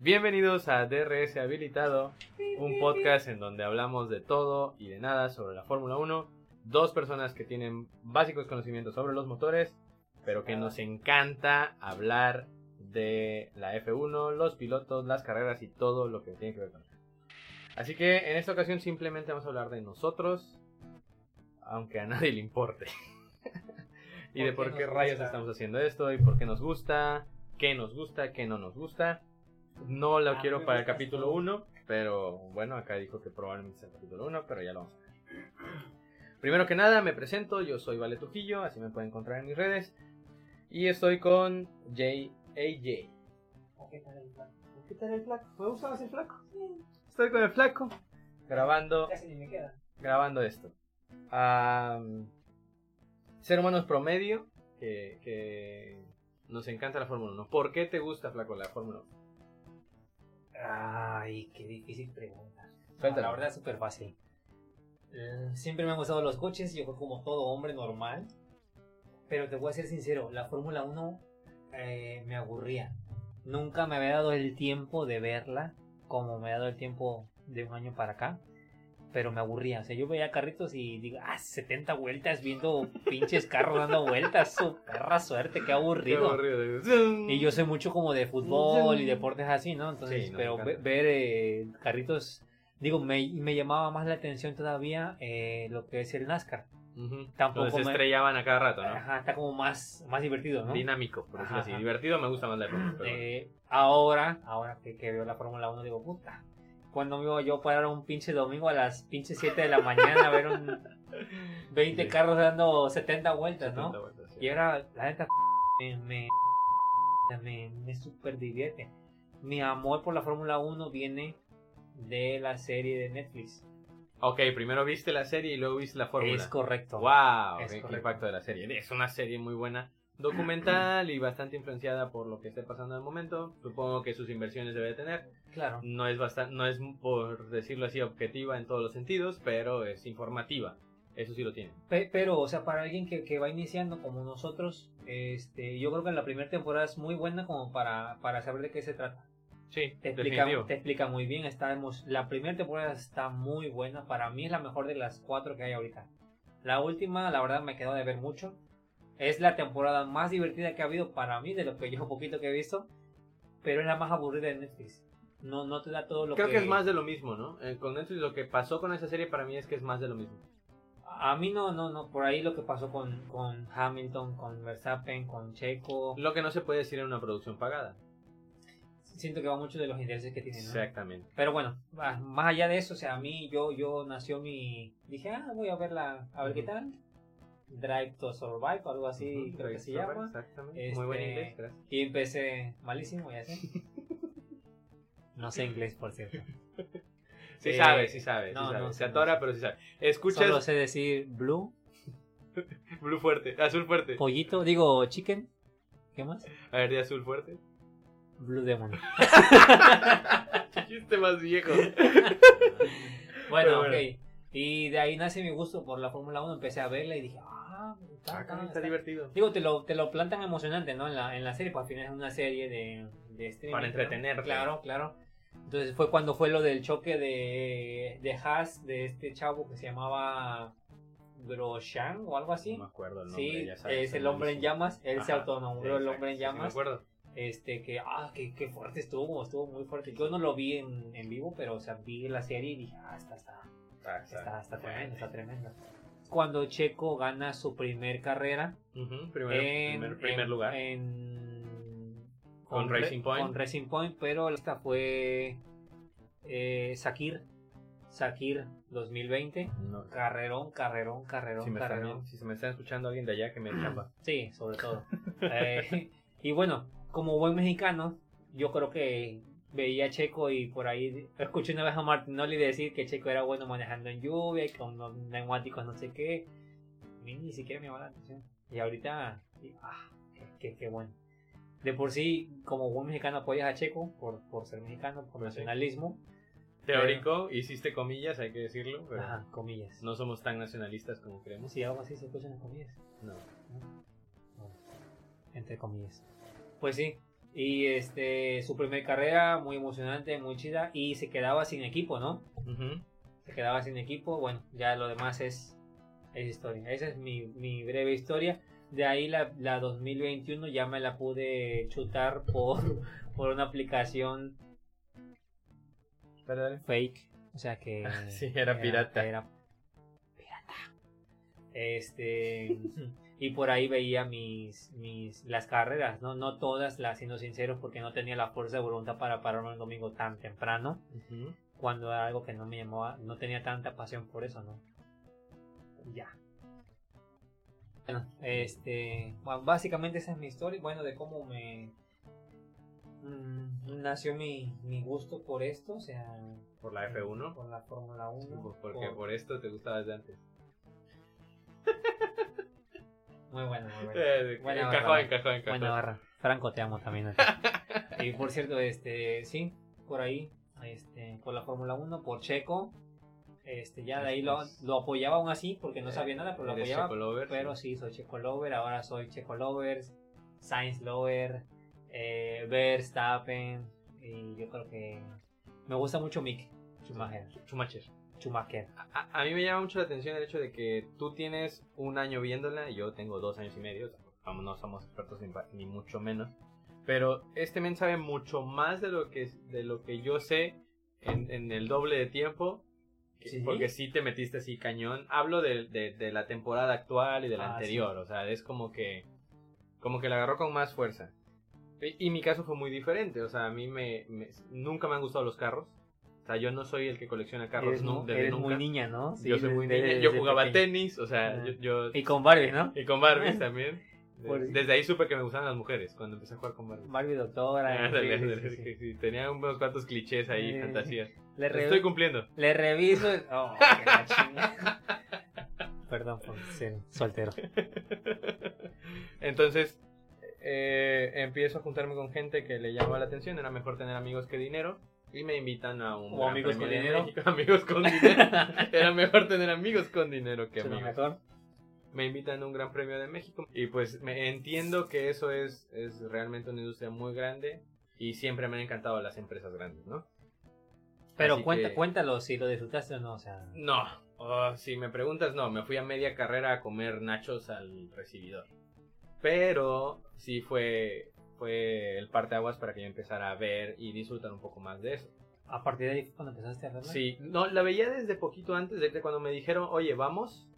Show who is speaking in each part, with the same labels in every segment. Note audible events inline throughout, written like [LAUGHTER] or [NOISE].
Speaker 1: Bienvenidos a DRS Habilitado, un podcast en donde hablamos de todo y de nada sobre la Fórmula 1. Dos personas que tienen básicos conocimientos sobre los motores, pero que nos encanta hablar de la F1, los pilotos, las carreras y todo lo que tiene que ver con eso. Así que en esta ocasión simplemente vamos a hablar de nosotros, aunque a nadie le importe. [LAUGHS] y de
Speaker 2: ¿Por
Speaker 1: por
Speaker 2: qué
Speaker 1: qué
Speaker 2: nos
Speaker 1: rayos
Speaker 2: gusta?
Speaker 1: estamos haciendo esto y por qué nos gusta, qué nos gusta, qué no nos gusta. No lo
Speaker 2: A mí
Speaker 1: quiero
Speaker 2: me
Speaker 1: para el
Speaker 2: gusta
Speaker 1: capítulo
Speaker 2: todo.
Speaker 1: 1, pero bueno, acá dijo que probablemente sea el capítulo 1, pero ya lo vamos a ver. Primero que nada, me presento, yo soy Vale Trujillo, así me pueden encontrar en mis redes. Y estoy con J AJ.
Speaker 2: ¿O ¿Qué tal el flaco? ¿O ¿Qué tal el flaco? ¿Me gusta más el flaco? Sí.
Speaker 1: Estoy con el flaco grabando
Speaker 2: Casi ni me queda.
Speaker 1: grabando esto. Am, ser humanos promedio que, que nos encanta la Fórmula 1. ¿Por qué te gusta, Flaco, la Fórmula 1?
Speaker 2: Ay, qué difícil pregunta.
Speaker 1: Suéltala.
Speaker 2: Ah, La verdad es súper fácil. Eh, Siempre me han gustado los coches, yo como todo hombre normal. Pero te voy a ser sincero, la Fórmula 1 eh, me aburría. Nunca me había dado el tiempo de verla como me ha dado el tiempo de un año para acá. Pero me aburría. O sea, yo veía carritos y digo, ah, 70 vueltas viendo pinches carros dando vueltas. Su perra suerte, qué aburrido.
Speaker 1: [LAUGHS]
Speaker 2: Y yo sé mucho como de fútbol y deportes así, ¿no? Entonces,
Speaker 1: Sí, nos
Speaker 2: pero
Speaker 1: encanta.
Speaker 2: ve- ver eh, carritos, digo, me, me llamaba más la atención todavía eh, lo que es el NASCAR.
Speaker 1: Ujú.
Speaker 2: Tampoco
Speaker 1: Los
Speaker 2: me-
Speaker 1: estrellaban a cada rato, ¿no?
Speaker 2: Ajá, está como más, más divertido, ¿no?
Speaker 1: Dinámico, por decirlo
Speaker 2: Ajá,
Speaker 1: así.
Speaker 2: ajá.
Speaker 1: Divertido me gusta más la época. pero bueno.
Speaker 2: Eh, ahora, ahora que, que veo la Fórmula 1, digo, puta, cuando me iba yo a parar un pinche domingo a las pinche 7 de la mañana a
Speaker 1: [LAUGHS]
Speaker 2: ver un 20
Speaker 1: Sí.
Speaker 2: carros dando 70 vueltas, ¿no?
Speaker 1: Tanta vuelta, sí.
Speaker 2: Y ahora, la neta, me, me, me, me super divierte. Mi amor por la Fórmula 1 viene de la serie de Netflix.
Speaker 1: Ok, primero viste la serie y luego viste la
Speaker 2: Es
Speaker 1: Fórmula.
Speaker 2: correcto.
Speaker 1: ¡Wow!
Speaker 2: Es
Speaker 1: qué
Speaker 2: correcto.
Speaker 1: impacto de la serie. Es una serie muy buena, documental y bastante influenciada por lo que esté pasando al momento. Supongo que sus inversiones debe de tener.
Speaker 2: Claro.
Speaker 1: no es bastan- no es por decirlo así objetiva en todos los sentidos, pero es informativa. Eso sí lo tiene.
Speaker 2: Pe- pero, o sea, para alguien que, que va iniciando como nosotros, este, yo creo que la primera temporada es muy buena como para, para saber de qué se trata.
Speaker 1: Sí,
Speaker 2: Te explica, te explica muy bien. Está, hemos- la primera temporada está muy buena. Para mí es la mejor de las cuatro que hay ahorita. La última, la verdad, me quedó de ver mucho. Es la temporada más divertida que ha habido para mí, de lo que yo [LAUGHS] poquito que he visto. Pero es la más aburrida de Netflix. No, no te da todo lo
Speaker 1: Creo que es más de lo mismo, ¿no? Eh, con Netflix lo que pasó con esa serie para mí es que es más de lo mismo.
Speaker 2: A mí no, no, no. Por ahí lo que pasó con, con Hamilton, con Verstappen, con Checo.
Speaker 1: Lo que no se puede decir en una producción pagada.
Speaker 2: Siento que va mucho de los intereses que tienen. ¿no?
Speaker 1: Exactamente.
Speaker 2: Pero bueno, ah, más allá de eso, o sea, a mí yo, yo nació mi... Dije, ah, voy a verla, a ver qué tal. Drive to Survive, algo así
Speaker 1: Ujú,
Speaker 2: creo que
Speaker 1: Drake
Speaker 2: se
Speaker 1: Survive,
Speaker 2: llama.
Speaker 1: Exactamente.
Speaker 2: Este-
Speaker 1: Muy buen inglés, gracias.
Speaker 2: Y empecé malísimo,
Speaker 1: [LAUGHS]
Speaker 2: ya sé. No sé inglés, por cierto.
Speaker 1: Sí
Speaker 2: Eh,
Speaker 1: sabe, sí sabe, sí
Speaker 2: no,
Speaker 1: sabe.
Speaker 2: no,
Speaker 1: se
Speaker 2: no,
Speaker 1: atora,
Speaker 2: no.
Speaker 1: pero sí sabe. Escuchas
Speaker 2: Solo sé decir blue,
Speaker 1: blue fuerte, azul fuerte.
Speaker 2: pollito, digo chicken. ¿Qué más?
Speaker 1: A ver, de azul fuerte.
Speaker 2: [LAUGHS] Blue
Speaker 1: [LAUGHS]
Speaker 2: Demon.
Speaker 1: Chiste más viejo. Pero
Speaker 2: Bueno,
Speaker 1: bueno.
Speaker 2: ok. Y de ahí nace mi gusto por la Fórmula 1. Empecé a verla y dije, ah, está,
Speaker 1: Ah,
Speaker 2: está,
Speaker 1: caray,
Speaker 2: está
Speaker 1: está divertido.
Speaker 2: Digo, te lo, te lo plantan emocionante, ¿no? En la, en la serie, pues al final es una serie de, de streaming.
Speaker 1: Para
Speaker 2: ¿no?
Speaker 1: entretenerte.
Speaker 2: Claro, claro. Entonces fue cuando fue lo del choque de, de Haas, de este chavo que se llamaba Grosjean o algo así.
Speaker 1: No me acuerdo el nombre,
Speaker 2: Sí,
Speaker 1: ya sabes,
Speaker 2: es
Speaker 1: soy
Speaker 2: el hombre en
Speaker 1: malísimo.
Speaker 2: llamas, él se
Speaker 1: Ajá,
Speaker 2: autonombró el
Speaker 1: exacto,
Speaker 2: hombre en
Speaker 1: sí, sí me
Speaker 2: llamas.
Speaker 1: acuerdo.
Speaker 2: este, que, ah, que, que fuerte estuvo, estuvo muy fuerte. Yo no lo vi en, en vivo, pero, o sea, vi la serie y dije, ah, está, está,
Speaker 1: Está, está.
Speaker 2: está, está tremendo, está tremendo. Cuando Checo gana su primer carrera,
Speaker 1: Ujú, primero-
Speaker 2: en-
Speaker 1: primer, primer
Speaker 2: en-
Speaker 1: lugar.
Speaker 2: en-
Speaker 1: Con
Speaker 2: Re-
Speaker 1: Racing Point.
Speaker 2: Con Racing Point, pero esta fue eh, Sakir. Sakir 2020.
Speaker 1: No,
Speaker 2: Carrerón, carrerón, carrerón,
Speaker 1: si, me están-
Speaker 2: carrerón.
Speaker 1: si se me está escuchando alguien de allá que me chamba.
Speaker 2: Sí, sobre todo. Eh, [LAUGHS] y bueno, como buen mexicano, yo creo que veía a Checo y por ahí escuché una vez a Martinoli decir que Checo era bueno manejando en lluvia y con los neumáticos no sé qué. A mí ni siquiera me llamaba la atención. Y ahorita, y- ah, qué, qué- qué bueno. De por sí, como buen mexicano apoyas a Checo por, por ser mexicano, por
Speaker 1: Pues sí.
Speaker 2: nacionalismo.
Speaker 1: Teórico, hiciste comillas, hay que decirlo, pero
Speaker 2: Ajá, comillas.
Speaker 1: Pues no somos tan nacionalistas como creemos.
Speaker 2: Si algo así se escuchan las comillas.
Speaker 1: No.
Speaker 2: Bueno, entre comillas. Pues sí, Y este, su primer carrera, muy emocionante, muy chida. Y se quedaba sin equipo, ¿no?
Speaker 1: Ujú.
Speaker 2: Se quedaba sin equipo. Bueno, ya lo demás es, es historia. Esa es mi, mi breve historia. De ahí la, la 2021 ya me la pude chutar por, [LAUGHS] por una aplicación
Speaker 1: Dale, dale.
Speaker 2: fake. O sea
Speaker 1: [LAUGHS]
Speaker 2: que.
Speaker 1: Ah, Sí, era pirata.
Speaker 2: Era pirata. Este. y por ahí veía mis, mis. las carreras, ¿no? No todas las, siendo sinceros, porque no tenía la fuerza de voluntad para pararme un domingo tan temprano.
Speaker 1: Ujú.
Speaker 2: Cuando era algo que no me llamaba. No tenía tanta pasión por eso, ¿no? Ya. Bueno, este. bueno, básicamente esa es mi historia. Bueno, de cómo me. mm, nació mi, mi gusto por esto, o sea,
Speaker 1: Por la F1.
Speaker 2: por la Fórmula 1.
Speaker 1: pues, Porque por... esto te gustaba desde antes.
Speaker 2: Muy bueno, muy bueno.
Speaker 1: Eh,
Speaker 2: Buena
Speaker 1: encajó,
Speaker 2: barra.
Speaker 1: encajó, encajó.
Speaker 2: Buena barra. Franco, te amo también. a
Speaker 1: [LAUGHS]
Speaker 2: ti. y por cierto, este, sí, por ahí, este, por la Fórmula 1, por Checo. Este, ya de ahí lo, lo apoyaba aún así, porque no sabía nada, pero lo
Speaker 1: Eh, Eres
Speaker 2: apoyaba.
Speaker 1: Checolover,
Speaker 2: Pero sí, soy Checo Lover, ahora soy Checo Lover, Sainz Lover, eh, Verstappen, y yo creo que me gusta mucho Mick Schumacher.
Speaker 1: Schumacher.
Speaker 2: Schumacher.
Speaker 1: A, a mí me llama mucho la atención el hecho de que tú tienes un año viéndola y yo tengo dos años y medio. o sea, vamos, no somos expertos ni, pa- ni mucho menos. Pero este men sabe mucho más de lo que, de lo que yo sé en, en el doble de tiempo.
Speaker 2: Sí.
Speaker 1: Porque sí te metiste así cañón. Hablo de, de- de la temporada actual y de la
Speaker 2: Ah,
Speaker 1: anterior. O sea, es como que, como que la agarró con más fuerza. Y, y mi caso fue muy diferente. O sea, a mí me, me- nunca me han gustado los carros. O sea, yo no soy el que colecciona carros.
Speaker 2: eres
Speaker 1: nu-
Speaker 2: mu-
Speaker 1: desde
Speaker 2: eres
Speaker 1: nunca
Speaker 2: muy niña, ¿no? Sí,
Speaker 1: yo soy muy
Speaker 2: desde-
Speaker 1: niña, yo
Speaker 2: desde
Speaker 1: jugaba
Speaker 2: pequeña.
Speaker 1: tenis, o sea,
Speaker 2: Ah.
Speaker 1: yo, yo-
Speaker 2: Y con Barbie, ¿no? Ah.
Speaker 1: y con Barbies también.
Speaker 2: Por-
Speaker 1: Desde ahí supe que me gustaban las mujeres cuando empecé a jugar con Barbies. Ah,
Speaker 2: Barbie doctora. en
Speaker 1: [LAUGHS] Ándale,
Speaker 2: fin, sí,
Speaker 1: ándale,
Speaker 2: sí, sí.
Speaker 1: que sí, Tenía unos cuantos clichés ahí,
Speaker 2: Eh,
Speaker 1: fantasías.
Speaker 2: Le, re-
Speaker 1: Estoy cumpliendo. [LAUGHS]
Speaker 2: le reviso. el- Oh, qué la chinga. [LAUGHS] Perdón por ser soltero.
Speaker 1: Entonces, eh, empiezo a juntarme con gente que le llama la atención. Era mejor tener amigos que dinero. Y me invitan a un.
Speaker 2: O
Speaker 1: Gran
Speaker 2: amigos
Speaker 1: Premio
Speaker 2: con
Speaker 1: de
Speaker 2: dinero.
Speaker 1: México. [LAUGHS] Amigos con dinero. Era mejor tener amigos con dinero que
Speaker 2: Suena
Speaker 1: amigos.
Speaker 2: mejor.
Speaker 1: me invitan a un gran premio de México y pues me entiendo que eso es, es realmente una industria muy grande y siempre me han encantado las empresas grandes, ¿no?
Speaker 2: Pero
Speaker 1: Así
Speaker 2: cuenta,
Speaker 1: que-
Speaker 2: cuéntalo si lo disfrutaste o no. O sea,
Speaker 1: No, Oh, si me preguntas, no, me fui a media carrera a comer nachos al recibidor. Pero sí fue, fue el parteaguas para que yo empezara a ver y disfrutar un poco más de eso.
Speaker 2: a partir de ahí fue cuando empezaste a verlo.
Speaker 1: Sí, no, la veía desde poquito antes, desde cuando me dijeron, oye, vamos,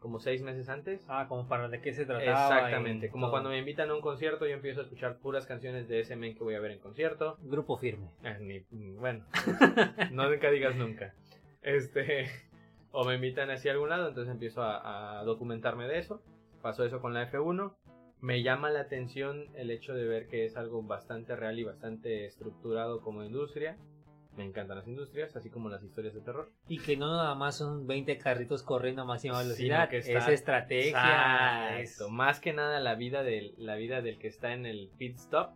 Speaker 1: como seis meses antes.
Speaker 2: Ah, como para de qué se trataba.
Speaker 1: Exactamente,
Speaker 2: y
Speaker 1: como
Speaker 2: todo.
Speaker 1: cuando me invitan a un concierto, yo empiezo a escuchar puras canciones de ese men que voy a ver en concierto.
Speaker 2: Grupo firme.
Speaker 1: Ah, ni-
Speaker 2: [LAUGHS]
Speaker 1: bueno, no nunca digas nunca. Este, [LAUGHS] o me invitan hacia algún lado, entonces empiezo a, a documentarme de eso. Pasó eso con la F1. Me llama la atención el hecho de ver que es algo bastante real y bastante estructurado como industria. Me encantan las industrias, así como las historias de terror.
Speaker 2: Y que no nada más son 20 carritos corriendo a máxima
Speaker 1: Sino
Speaker 2: velocidad.
Speaker 1: que está-
Speaker 2: es estrategia. es-
Speaker 1: Exacto. Más que nada la vida del, la vida del que está en el pit stop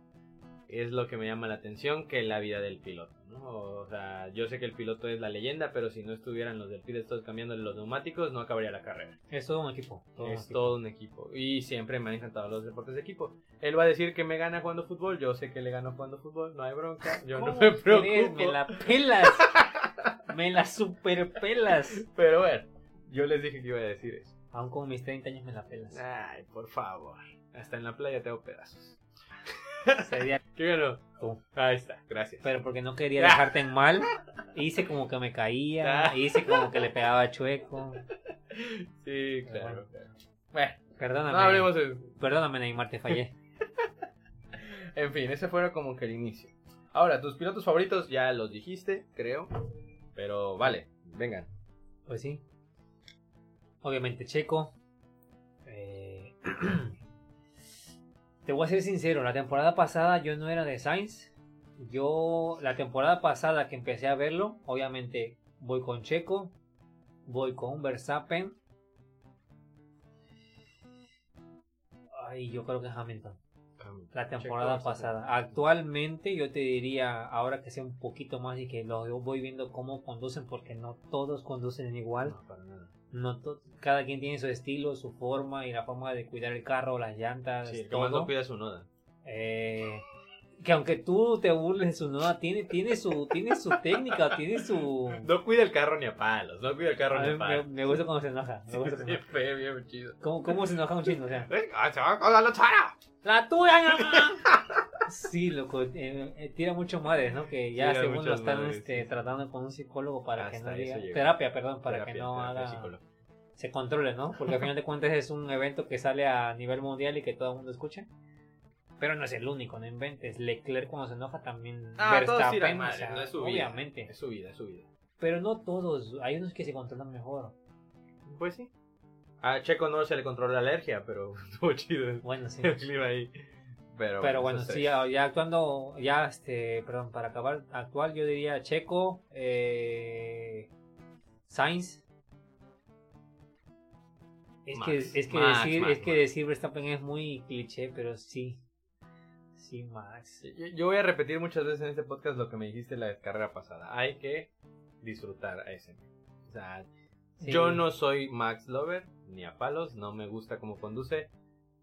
Speaker 1: es lo que me llama la atención que la vida del piloto. ¿no? O sea, yo sé que el piloto es la leyenda, pero si no estuvieran los del pit stop cambiándole los neumáticos, no acabaría la carrera.
Speaker 2: Es todo un equipo. todo un
Speaker 1: es
Speaker 2: equipo.
Speaker 1: todo un equipo. Y siempre me han encantado los deportes de equipo. Él va a decir que me gana jugando fútbol, yo sé que le gano jugando fútbol, no hay bronca, yo no
Speaker 2: ¿Cómo
Speaker 1: me
Speaker 2: crees?
Speaker 1: preocupo.
Speaker 2: Me la pelas. me la superpelas.
Speaker 1: Pero bueno, yo les dije que iba a decir eso.
Speaker 2: Aún con mis 30 años me la pelas.
Speaker 1: Ay, por favor. Hasta en la playa te hago pedazos. Ah.
Speaker 2: Sería-
Speaker 1: ¿Qué ganó?
Speaker 2: Tú.
Speaker 1: Ah, Ahí está, gracias.
Speaker 2: pero porque no quería dejarte en mal, hice como que me caía,
Speaker 1: Ah.
Speaker 2: hice como que le pegaba chueco.
Speaker 1: Sí, claro. Bueno, no
Speaker 2: Perdóname.
Speaker 1: hablemos de...
Speaker 2: Perdóname, Neymar, te fallé.
Speaker 1: En fin, ese fuera como que el inicio. Ahora, tus pilotos favoritos ya los dijiste, creo. Pero vale, vengan.
Speaker 2: Pues sí. Obviamente Checo. Eh, [CLEARS THROAT] Te voy a ser sincero, la temporada pasada yo no era de Sainz. Yo, la temporada pasada que empecé a verlo, obviamente voy con Checo, voy con Verstappen. Ay, yo creo que Hamilton. La temporada pasada. Actualmente yo te diría, ahora que sé un poquito más y que los voy viendo cómo conducen, porque no todos conducen igual
Speaker 1: No, para nada.
Speaker 2: no to- cada quien tiene su estilo, su
Speaker 1: Ah,
Speaker 2: forma y la forma de cuidar el carro, las llantas,
Speaker 1: Sí, el que más
Speaker 2: todo.
Speaker 1: no cuida su noda.
Speaker 2: Eh, que aunque tú te burles de su nueva, tiene, tiene, su, tiene su técnica, tiene su...
Speaker 1: No cuida el carro ni a palos, no cuida el carro
Speaker 2: A
Speaker 1: ni
Speaker 2: mí
Speaker 1: a
Speaker 2: me,
Speaker 1: palos.
Speaker 2: me gusta cuando se enoja. Me gusta cuando se
Speaker 1: Sí,
Speaker 2: enoja.
Speaker 1: fue bien chido.
Speaker 2: ¿Cómo, cómo se enoja un chino? O sea,
Speaker 1: ¡Eh, ah, se va a colar la chara!
Speaker 2: ¡La tuya, mamá! Sí, loco, eh, eh, tira mucho madre, ¿no? Que ya
Speaker 1: Tira
Speaker 2: según lo
Speaker 1: muchas
Speaker 2: están
Speaker 1: madres,
Speaker 2: este,
Speaker 1: sí.
Speaker 2: tratando con un psicólogo para que
Speaker 1: Hasta
Speaker 2: no
Speaker 1: eso
Speaker 2: diga...
Speaker 1: llegó.
Speaker 2: Terapia, perdón, para que
Speaker 1: Terapia,
Speaker 2: no
Speaker 1: terapia
Speaker 2: haga...
Speaker 1: psicológica.
Speaker 2: se controle, ¿no? Porque al final de cuentas es un evento que sale a nivel mundial y que todo el mundo escucha. Pero no es el único, no inventes. Leclerc cuando se enoja también.
Speaker 1: Ah, todos
Speaker 2: Verstappen,
Speaker 1: tiran
Speaker 2: o
Speaker 1: madre,
Speaker 2: sea,
Speaker 1: no es su vida.
Speaker 2: obviamente.
Speaker 1: Es su vida, es su vida.
Speaker 2: Pero no todos, hay unos que se controlan mejor.
Speaker 1: Pues sí. A Checo no se le controló la alergia, pero [LAUGHS] estuvo chido el [LAUGHS]
Speaker 2: Bueno, sí.
Speaker 1: el clima ahí. Pero,
Speaker 2: Pero bueno,
Speaker 1: esos
Speaker 2: sí,
Speaker 1: tres.
Speaker 2: ya, ya actuando, ya este, perdón, para acabar, actual yo diría Checo, eh, Sainz. Es que,
Speaker 1: Max,
Speaker 2: es que
Speaker 1: Max,
Speaker 2: decir,
Speaker 1: Max,
Speaker 2: es que
Speaker 1: Max.
Speaker 2: decir Verstappen es muy cliché, pero sí. Sí, Max.
Speaker 1: Yo, yo voy a repetir muchas veces en este podcast lo que me dijiste la carrera pasada. Hay que disfrutar a ese. O sea,
Speaker 2: Sí.
Speaker 1: yo no soy Max Lover, ni a palos, no me gusta cómo conduce,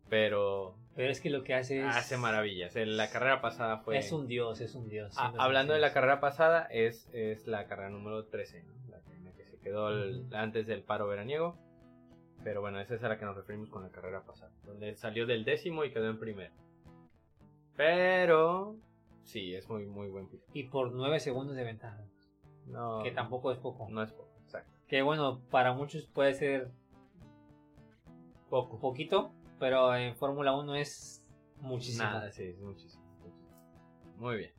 Speaker 1: pero
Speaker 2: Pero es que lo que hace es.
Speaker 1: Ah, hace maravillas. En la carrera pasada fue...
Speaker 2: Es un dios, es un dios.
Speaker 1: Ah,
Speaker 2: sí, no
Speaker 1: hablando
Speaker 2: sé
Speaker 1: de
Speaker 2: si
Speaker 1: la
Speaker 2: es.
Speaker 1: carrera pasada, es, es la carrera número 13, ¿no? la que- en la que se quedó el-
Speaker 2: Ujú.
Speaker 1: antes del paro veraniego. Pero bueno, esa es a la que nos referimos con la carrera pasada, donde salió del décimo y quedó en primero. Pero sí, es muy, muy buen piloto.
Speaker 2: Y por 9 segundos de ventaja,
Speaker 1: No,
Speaker 2: que tampoco es poco.
Speaker 1: no es poco, exacto.
Speaker 2: Que bueno, para muchos puede ser
Speaker 1: Poco.
Speaker 2: poquito, pero en Fórmula 1 es muchísimo.
Speaker 1: Nada, sí, es muchísimo, muchísimo. Muy bien.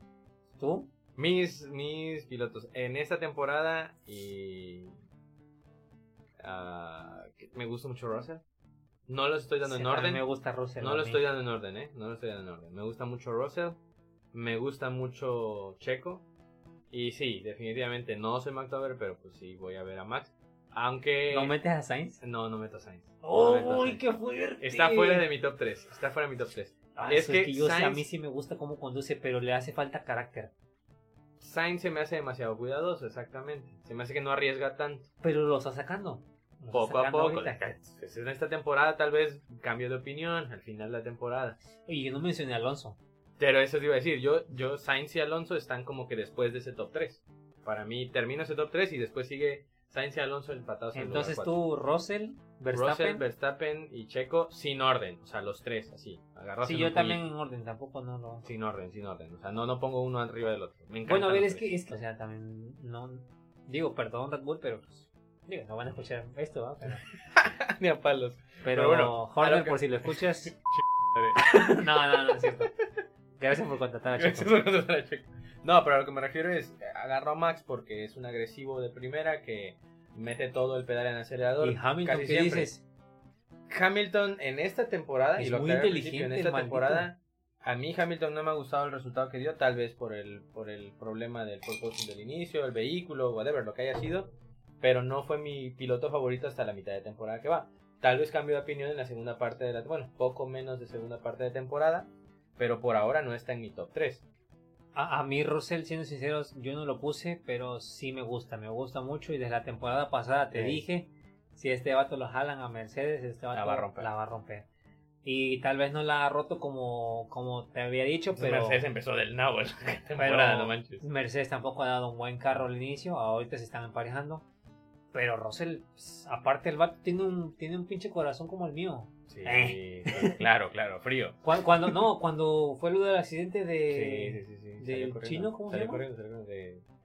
Speaker 2: ¿Tú?
Speaker 1: Mis, mis pilotos en esta temporada y ah, que- me gusta mucho Russell. No los estoy dando
Speaker 2: Sí,
Speaker 1: en
Speaker 2: a mí
Speaker 1: orden.
Speaker 2: Me gusta Russell.
Speaker 1: No
Speaker 2: a
Speaker 1: lo
Speaker 2: mí.
Speaker 1: estoy dando en orden, ¿eh? No lo estoy dando en orden. Me gusta mucho Russell. Me gusta mucho Checo. Y sí, definitivamente no soy Max Dover, pero pues sí voy a ver a Max. Aunque...
Speaker 2: ¿No metes a Sainz?
Speaker 1: no, no meto a Sainz. No
Speaker 2: ¡Uy,
Speaker 1: meto a Sainz.
Speaker 2: qué fuerte!
Speaker 1: Está fuera de mi top 3. Está fuera de mi top 3.
Speaker 2: Ah,
Speaker 1: es
Speaker 2: eso
Speaker 1: que
Speaker 2: es que yo, sí, a
Speaker 1: Sainz-
Speaker 2: mí sí me gusta cómo conduce, pero le hace falta carácter.
Speaker 1: Sainz se me hace demasiado cuidadoso, exactamente. Se me hace que no arriesga tanto.
Speaker 2: Pero lo está sacando. Lo está
Speaker 1: Poco a
Speaker 2: sacando
Speaker 1: poco.
Speaker 2: ahorita.
Speaker 1: Entonces, En esta temporada tal vez cambio de opinión al final de la temporada.
Speaker 2: Y yo no mencioné a Alonso.
Speaker 1: Pero eso te iba a decir, yo, yo, Sainz y Alonso están como que después de ese top 3. Para mí termina ese top 3 y después sigue Sainz y Alonso empatados en el
Speaker 2: Entonces
Speaker 1: lugar
Speaker 2: tú, Russell,
Speaker 1: cuatro.
Speaker 2: Verstappen.
Speaker 1: Russell, Verstappen y Checo sin orden, o sea, los tres así, agarrados
Speaker 2: Sí,
Speaker 1: en
Speaker 2: yo
Speaker 1: un
Speaker 2: también en
Speaker 1: puñito.
Speaker 2: orden, tampoco no lo.
Speaker 1: Sin orden, sin orden, o sea, no, no pongo uno arriba del otro. Me encantan
Speaker 2: Bueno, a ver,
Speaker 1: los
Speaker 2: es
Speaker 1: tres.
Speaker 2: que, es que, o sea, también no. Digo, perdón, Red Bull, pero. pues, digo, no van a escuchar esto, ¿va? Pero,
Speaker 1: [LAUGHS] Ni a palos.
Speaker 2: pero
Speaker 1: bueno, a lo
Speaker 2: Horner,
Speaker 1: que-
Speaker 2: por si
Speaker 1: [LAUGHS]
Speaker 2: lo escuchas. no, no, no, es cierto. Gracias por contratar a
Speaker 1: Gracias
Speaker 2: Chico.
Speaker 1: por [LAUGHS] contratar a Checo. No, pero a lo que me refiero es, eh, agarro a Max porque es un agresivo de primera que mete todo el pedal en el acelerador.
Speaker 2: Y Hamilton,
Speaker 1: casi
Speaker 2: ¿qué
Speaker 1: siempre.
Speaker 2: dices?
Speaker 1: Hamilton en esta temporada,
Speaker 2: Es
Speaker 1: y lo
Speaker 2: muy
Speaker 1: aclaré al
Speaker 2: inteligente
Speaker 1: principio, en
Speaker 2: el
Speaker 1: esta
Speaker 2: maldito.
Speaker 1: temporada, a mí Hamilton no me ha gustado el resultado que dio, tal vez por el, por el problema del porpoising del inicio, el vehículo, whatever, lo que haya sido, pero no fue mi piloto favorito hasta la mitad de temporada que va. Tal vez cambio de opinión en la segunda parte de la, bueno, poco menos de segunda parte de temporada, pero por ahora no está en mi top 3.
Speaker 2: A, a mí, Russell, siendo sinceros, yo no lo puse, pero sí me gusta, me gusta mucho. Y desde la temporada pasada te
Speaker 1: Sí.
Speaker 2: dije: si este vato lo jalan a Mercedes, este vato
Speaker 1: va a romper.
Speaker 2: la va a romper. Y tal vez no la ha roto como, como te había dicho, pero.
Speaker 1: Mercedes empezó del nabo en la [LAUGHS] temporada,
Speaker 2: pero-
Speaker 1: no manches.
Speaker 2: Mercedes tampoco ha dado un buen carro al inicio, ahorita se están emparejando. Pero Russell, pss, aparte el vato tiene un, tiene un pinche corazón como el mío.
Speaker 1: Sí, sí, claro, claro, frío.
Speaker 2: Cuan- Cuando,
Speaker 1: [LAUGHS]
Speaker 2: no, cuando fue lo del accidente
Speaker 1: Sí,
Speaker 2: de
Speaker 1: sí, sí, sí.
Speaker 2: del
Speaker 1: salió corriendo.
Speaker 2: chino, ¿cómo se
Speaker 1: Salió
Speaker 2: llama?
Speaker 1: corriendo, salió corriendo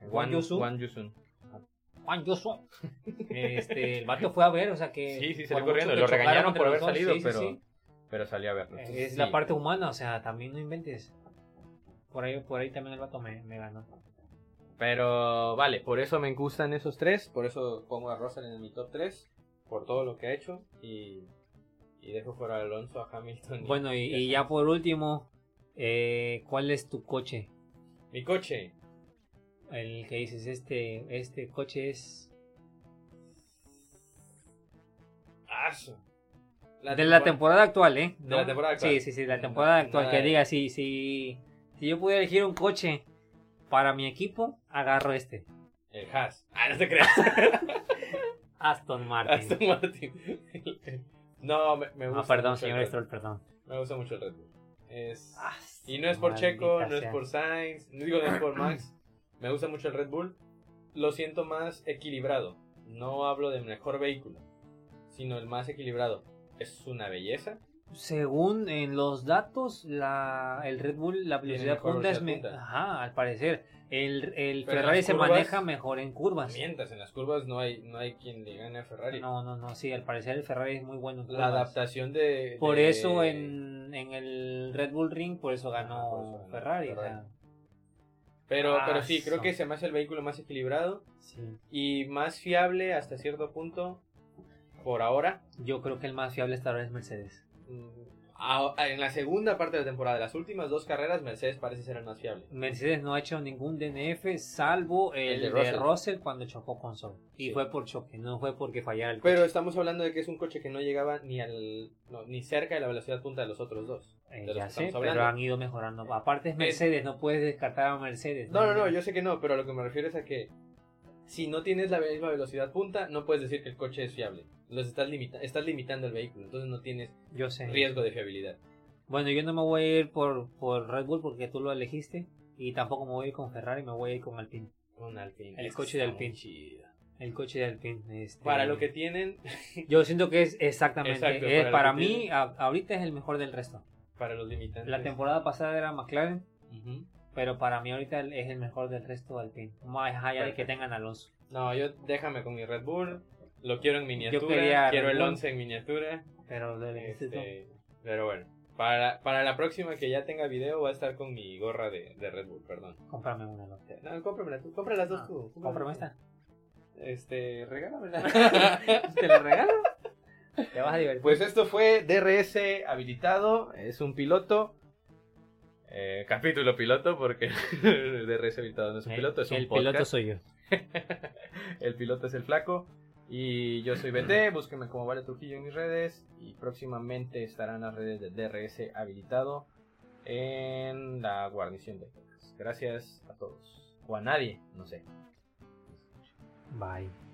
Speaker 1: de
Speaker 2: Wang Yusun.
Speaker 1: Wang Yusun. [LAUGHS]
Speaker 2: Juan Joshua, este, el vato fue a ver, o sea que...
Speaker 1: Sí, sí,
Speaker 2: por
Speaker 1: salió
Speaker 2: mucho
Speaker 1: corriendo.
Speaker 2: que
Speaker 1: Lo
Speaker 2: chocaron
Speaker 1: regañaron
Speaker 2: entre
Speaker 1: por
Speaker 2: los
Speaker 1: haber
Speaker 2: dos,
Speaker 1: salido,
Speaker 2: sí, sí,
Speaker 1: pero,
Speaker 2: sí.
Speaker 1: pero salió a verlo. Entonces,
Speaker 2: Es la
Speaker 1: sí,
Speaker 2: parte humana, o sea, también no inventes. Por ahí, por ahí también el vato me, me ganó.
Speaker 1: Pero vale, por eso me gustan esos tres. Por eso pongo a Russell en mi top 3. Por todo lo que ha hecho. Y, y dejo fuera a Alonso, a Hamilton. y-
Speaker 2: Bueno, y, y ya por último, eh, ¿cuál es tu coche?
Speaker 1: Mi coche.
Speaker 2: El que dices, este, este coche es
Speaker 1: ¡Aso!
Speaker 2: de la temporada actual, ¿eh?
Speaker 1: De la temporada actual.
Speaker 2: Sí, sí, sí, de la
Speaker 1: No,
Speaker 2: temporada
Speaker 1: no,
Speaker 2: actual.
Speaker 1: nada
Speaker 2: Que
Speaker 1: de-
Speaker 2: diga, si, si, si yo pudiera elegir un coche para mi equipo, agarro este.
Speaker 1: El Haas. Ah, no te creas.
Speaker 2: Aston Martin.
Speaker 1: Aston Martin. [LAUGHS] No, me, me
Speaker 2: Ah,
Speaker 1: gusta.
Speaker 2: perdón,
Speaker 1: mucho el
Speaker 2: señor
Speaker 1: Red
Speaker 2: Stroll, Ah. perdón.
Speaker 1: Bull. Me gusta mucho el Red Bull. Es... Y no es por Checo,
Speaker 2: Maldita
Speaker 1: no es
Speaker 2: sea.
Speaker 1: por Sainz, no digo, no es por Max. Me gusta mucho el Red Bull. Lo siento más equilibrado. No hablo del mejor vehículo, sino el más equilibrado. Es una belleza.
Speaker 2: Según en los datos, la, el Red Bull, la velocidad
Speaker 1: mejor
Speaker 2: punta es
Speaker 1: velocidad
Speaker 2: me-
Speaker 1: punta.
Speaker 2: Ajá, al parecer. El, el
Speaker 1: Pero en
Speaker 2: Ferrari
Speaker 1: las
Speaker 2: se
Speaker 1: curvas-
Speaker 2: maneja mejor en curvas.
Speaker 1: Mientras en las curvas no hay, no hay quien le gane a Ferrari.
Speaker 2: Pues. No, no, no, sí, al parecer el Ferrari es muy bueno en
Speaker 1: La
Speaker 2: curvas.
Speaker 1: adaptación de.
Speaker 2: Por
Speaker 1: de-
Speaker 2: eso en, en el Red Bull Ring, por eso
Speaker 1: Eh, Ajá, por eso
Speaker 2: ganó
Speaker 1: ganó
Speaker 2: Ferrari. o sea,
Speaker 1: Ferrari. Pero, pero sí, creo
Speaker 2: Ah,
Speaker 1: que
Speaker 2: eso.
Speaker 1: se me hace el vehículo más equilibrado
Speaker 2: sí.
Speaker 1: y más fiable hasta cierto punto. Por ahora.
Speaker 2: Yo creo que el más fiable hasta ahora es Mercedes.
Speaker 1: Mm, a- a- en la segunda parte de la temporada, las últimas dos carreras, Mercedes parece ser el más fiable.
Speaker 2: Mercedes no ha hecho ningún DNF salvo el,
Speaker 1: El de
Speaker 2: de,
Speaker 1: Russell.
Speaker 2: Russell. cuando chocó con Sol. Y
Speaker 1: Sí.
Speaker 2: fue por choque, no fue porque fallara el
Speaker 1: Pero
Speaker 2: coche.
Speaker 1: estamos hablando de que es un coche que no llegaba ni al no, ni cerca de la velocidad punta de los otros dos.
Speaker 2: Eh,
Speaker 1: de los
Speaker 2: ya
Speaker 1: que
Speaker 2: sé,
Speaker 1: estamos
Speaker 2: pero han
Speaker 1: hablando. Eh,
Speaker 2: ido mejorando. Aparte es Mercedes, no puedes descartar a Mercedes.
Speaker 1: No, no, no, yo sé que no, pero a lo que me refiero es a que si no tienes la misma velocidad punta, no puedes decir que el coche es fiable. Los estás, limita- estás limitando el vehículo, entonces no tienes
Speaker 2: Yo sé.
Speaker 1: riesgo de fiabilidad.
Speaker 2: Bueno, yo no me voy a ir por, por Red Bull porque tú lo elegiste. Y tampoco me voy a ir con Ferrari, me voy a ir con Alpine.
Speaker 1: Un Alpine,
Speaker 2: El
Speaker 1: eso
Speaker 2: coche de
Speaker 1: está muy
Speaker 2: Alpine.
Speaker 1: chido.
Speaker 2: El coche de Alpine. este,
Speaker 1: Para lo que tienen, [LAUGHS]
Speaker 2: Yo siento que es exactamente.
Speaker 1: Exacto,
Speaker 2: es,
Speaker 1: para lo
Speaker 2: para
Speaker 1: que
Speaker 2: mí,
Speaker 1: tiene.
Speaker 2: a- ahorita es el mejor del resto.
Speaker 1: para los limitantes.
Speaker 2: La temporada pasada era McLaren,
Speaker 1: Ujú.
Speaker 2: pero para mí ahorita el- es el mejor del resto de Alpine. Más allá de que
Speaker 1: Perfecto.
Speaker 2: tengan a Alonso.
Speaker 1: No, yo déjame con mi Red Bull. Lo quiero en miniatura.
Speaker 2: quería
Speaker 1: quiero
Speaker 2: Red
Speaker 1: el
Speaker 2: Bull.
Speaker 1: 11 en miniatura.
Speaker 2: Pero lo elegiste tú.
Speaker 1: Este, pero bueno, para, para la próxima que ya tenga video va a estar con mi gorra de, de Red Bull, perdón.
Speaker 2: Cómprame una, ¿no?
Speaker 1: No, cómpramela tú, compra las dos
Speaker 2: Ah,
Speaker 1: tú. cómprame tú.
Speaker 2: Cómprame
Speaker 1: [LAUGHS]
Speaker 2: esta.
Speaker 1: Este, regálamela.
Speaker 2: ¿Te la regalo? Te vas a
Speaker 1: [LAUGHS]
Speaker 2: divertir.
Speaker 1: pues esto fue DRS habilitado, es un piloto. eh, capítulo piloto porque [LAUGHS] DRS habilitado no es un piloto, es un
Speaker 2: Eh, el
Speaker 1: podcast.
Speaker 2: piloto soy yo.
Speaker 1: [LAUGHS] el piloto es el flaco. Y yo soy BT, búsquenme como Vale Trujillo en mis redes. Y próximamente estarán las redes de DRS habilitado en la guarnición de Texas. Gracias a todos. O a nadie, no sé.
Speaker 2: Bye.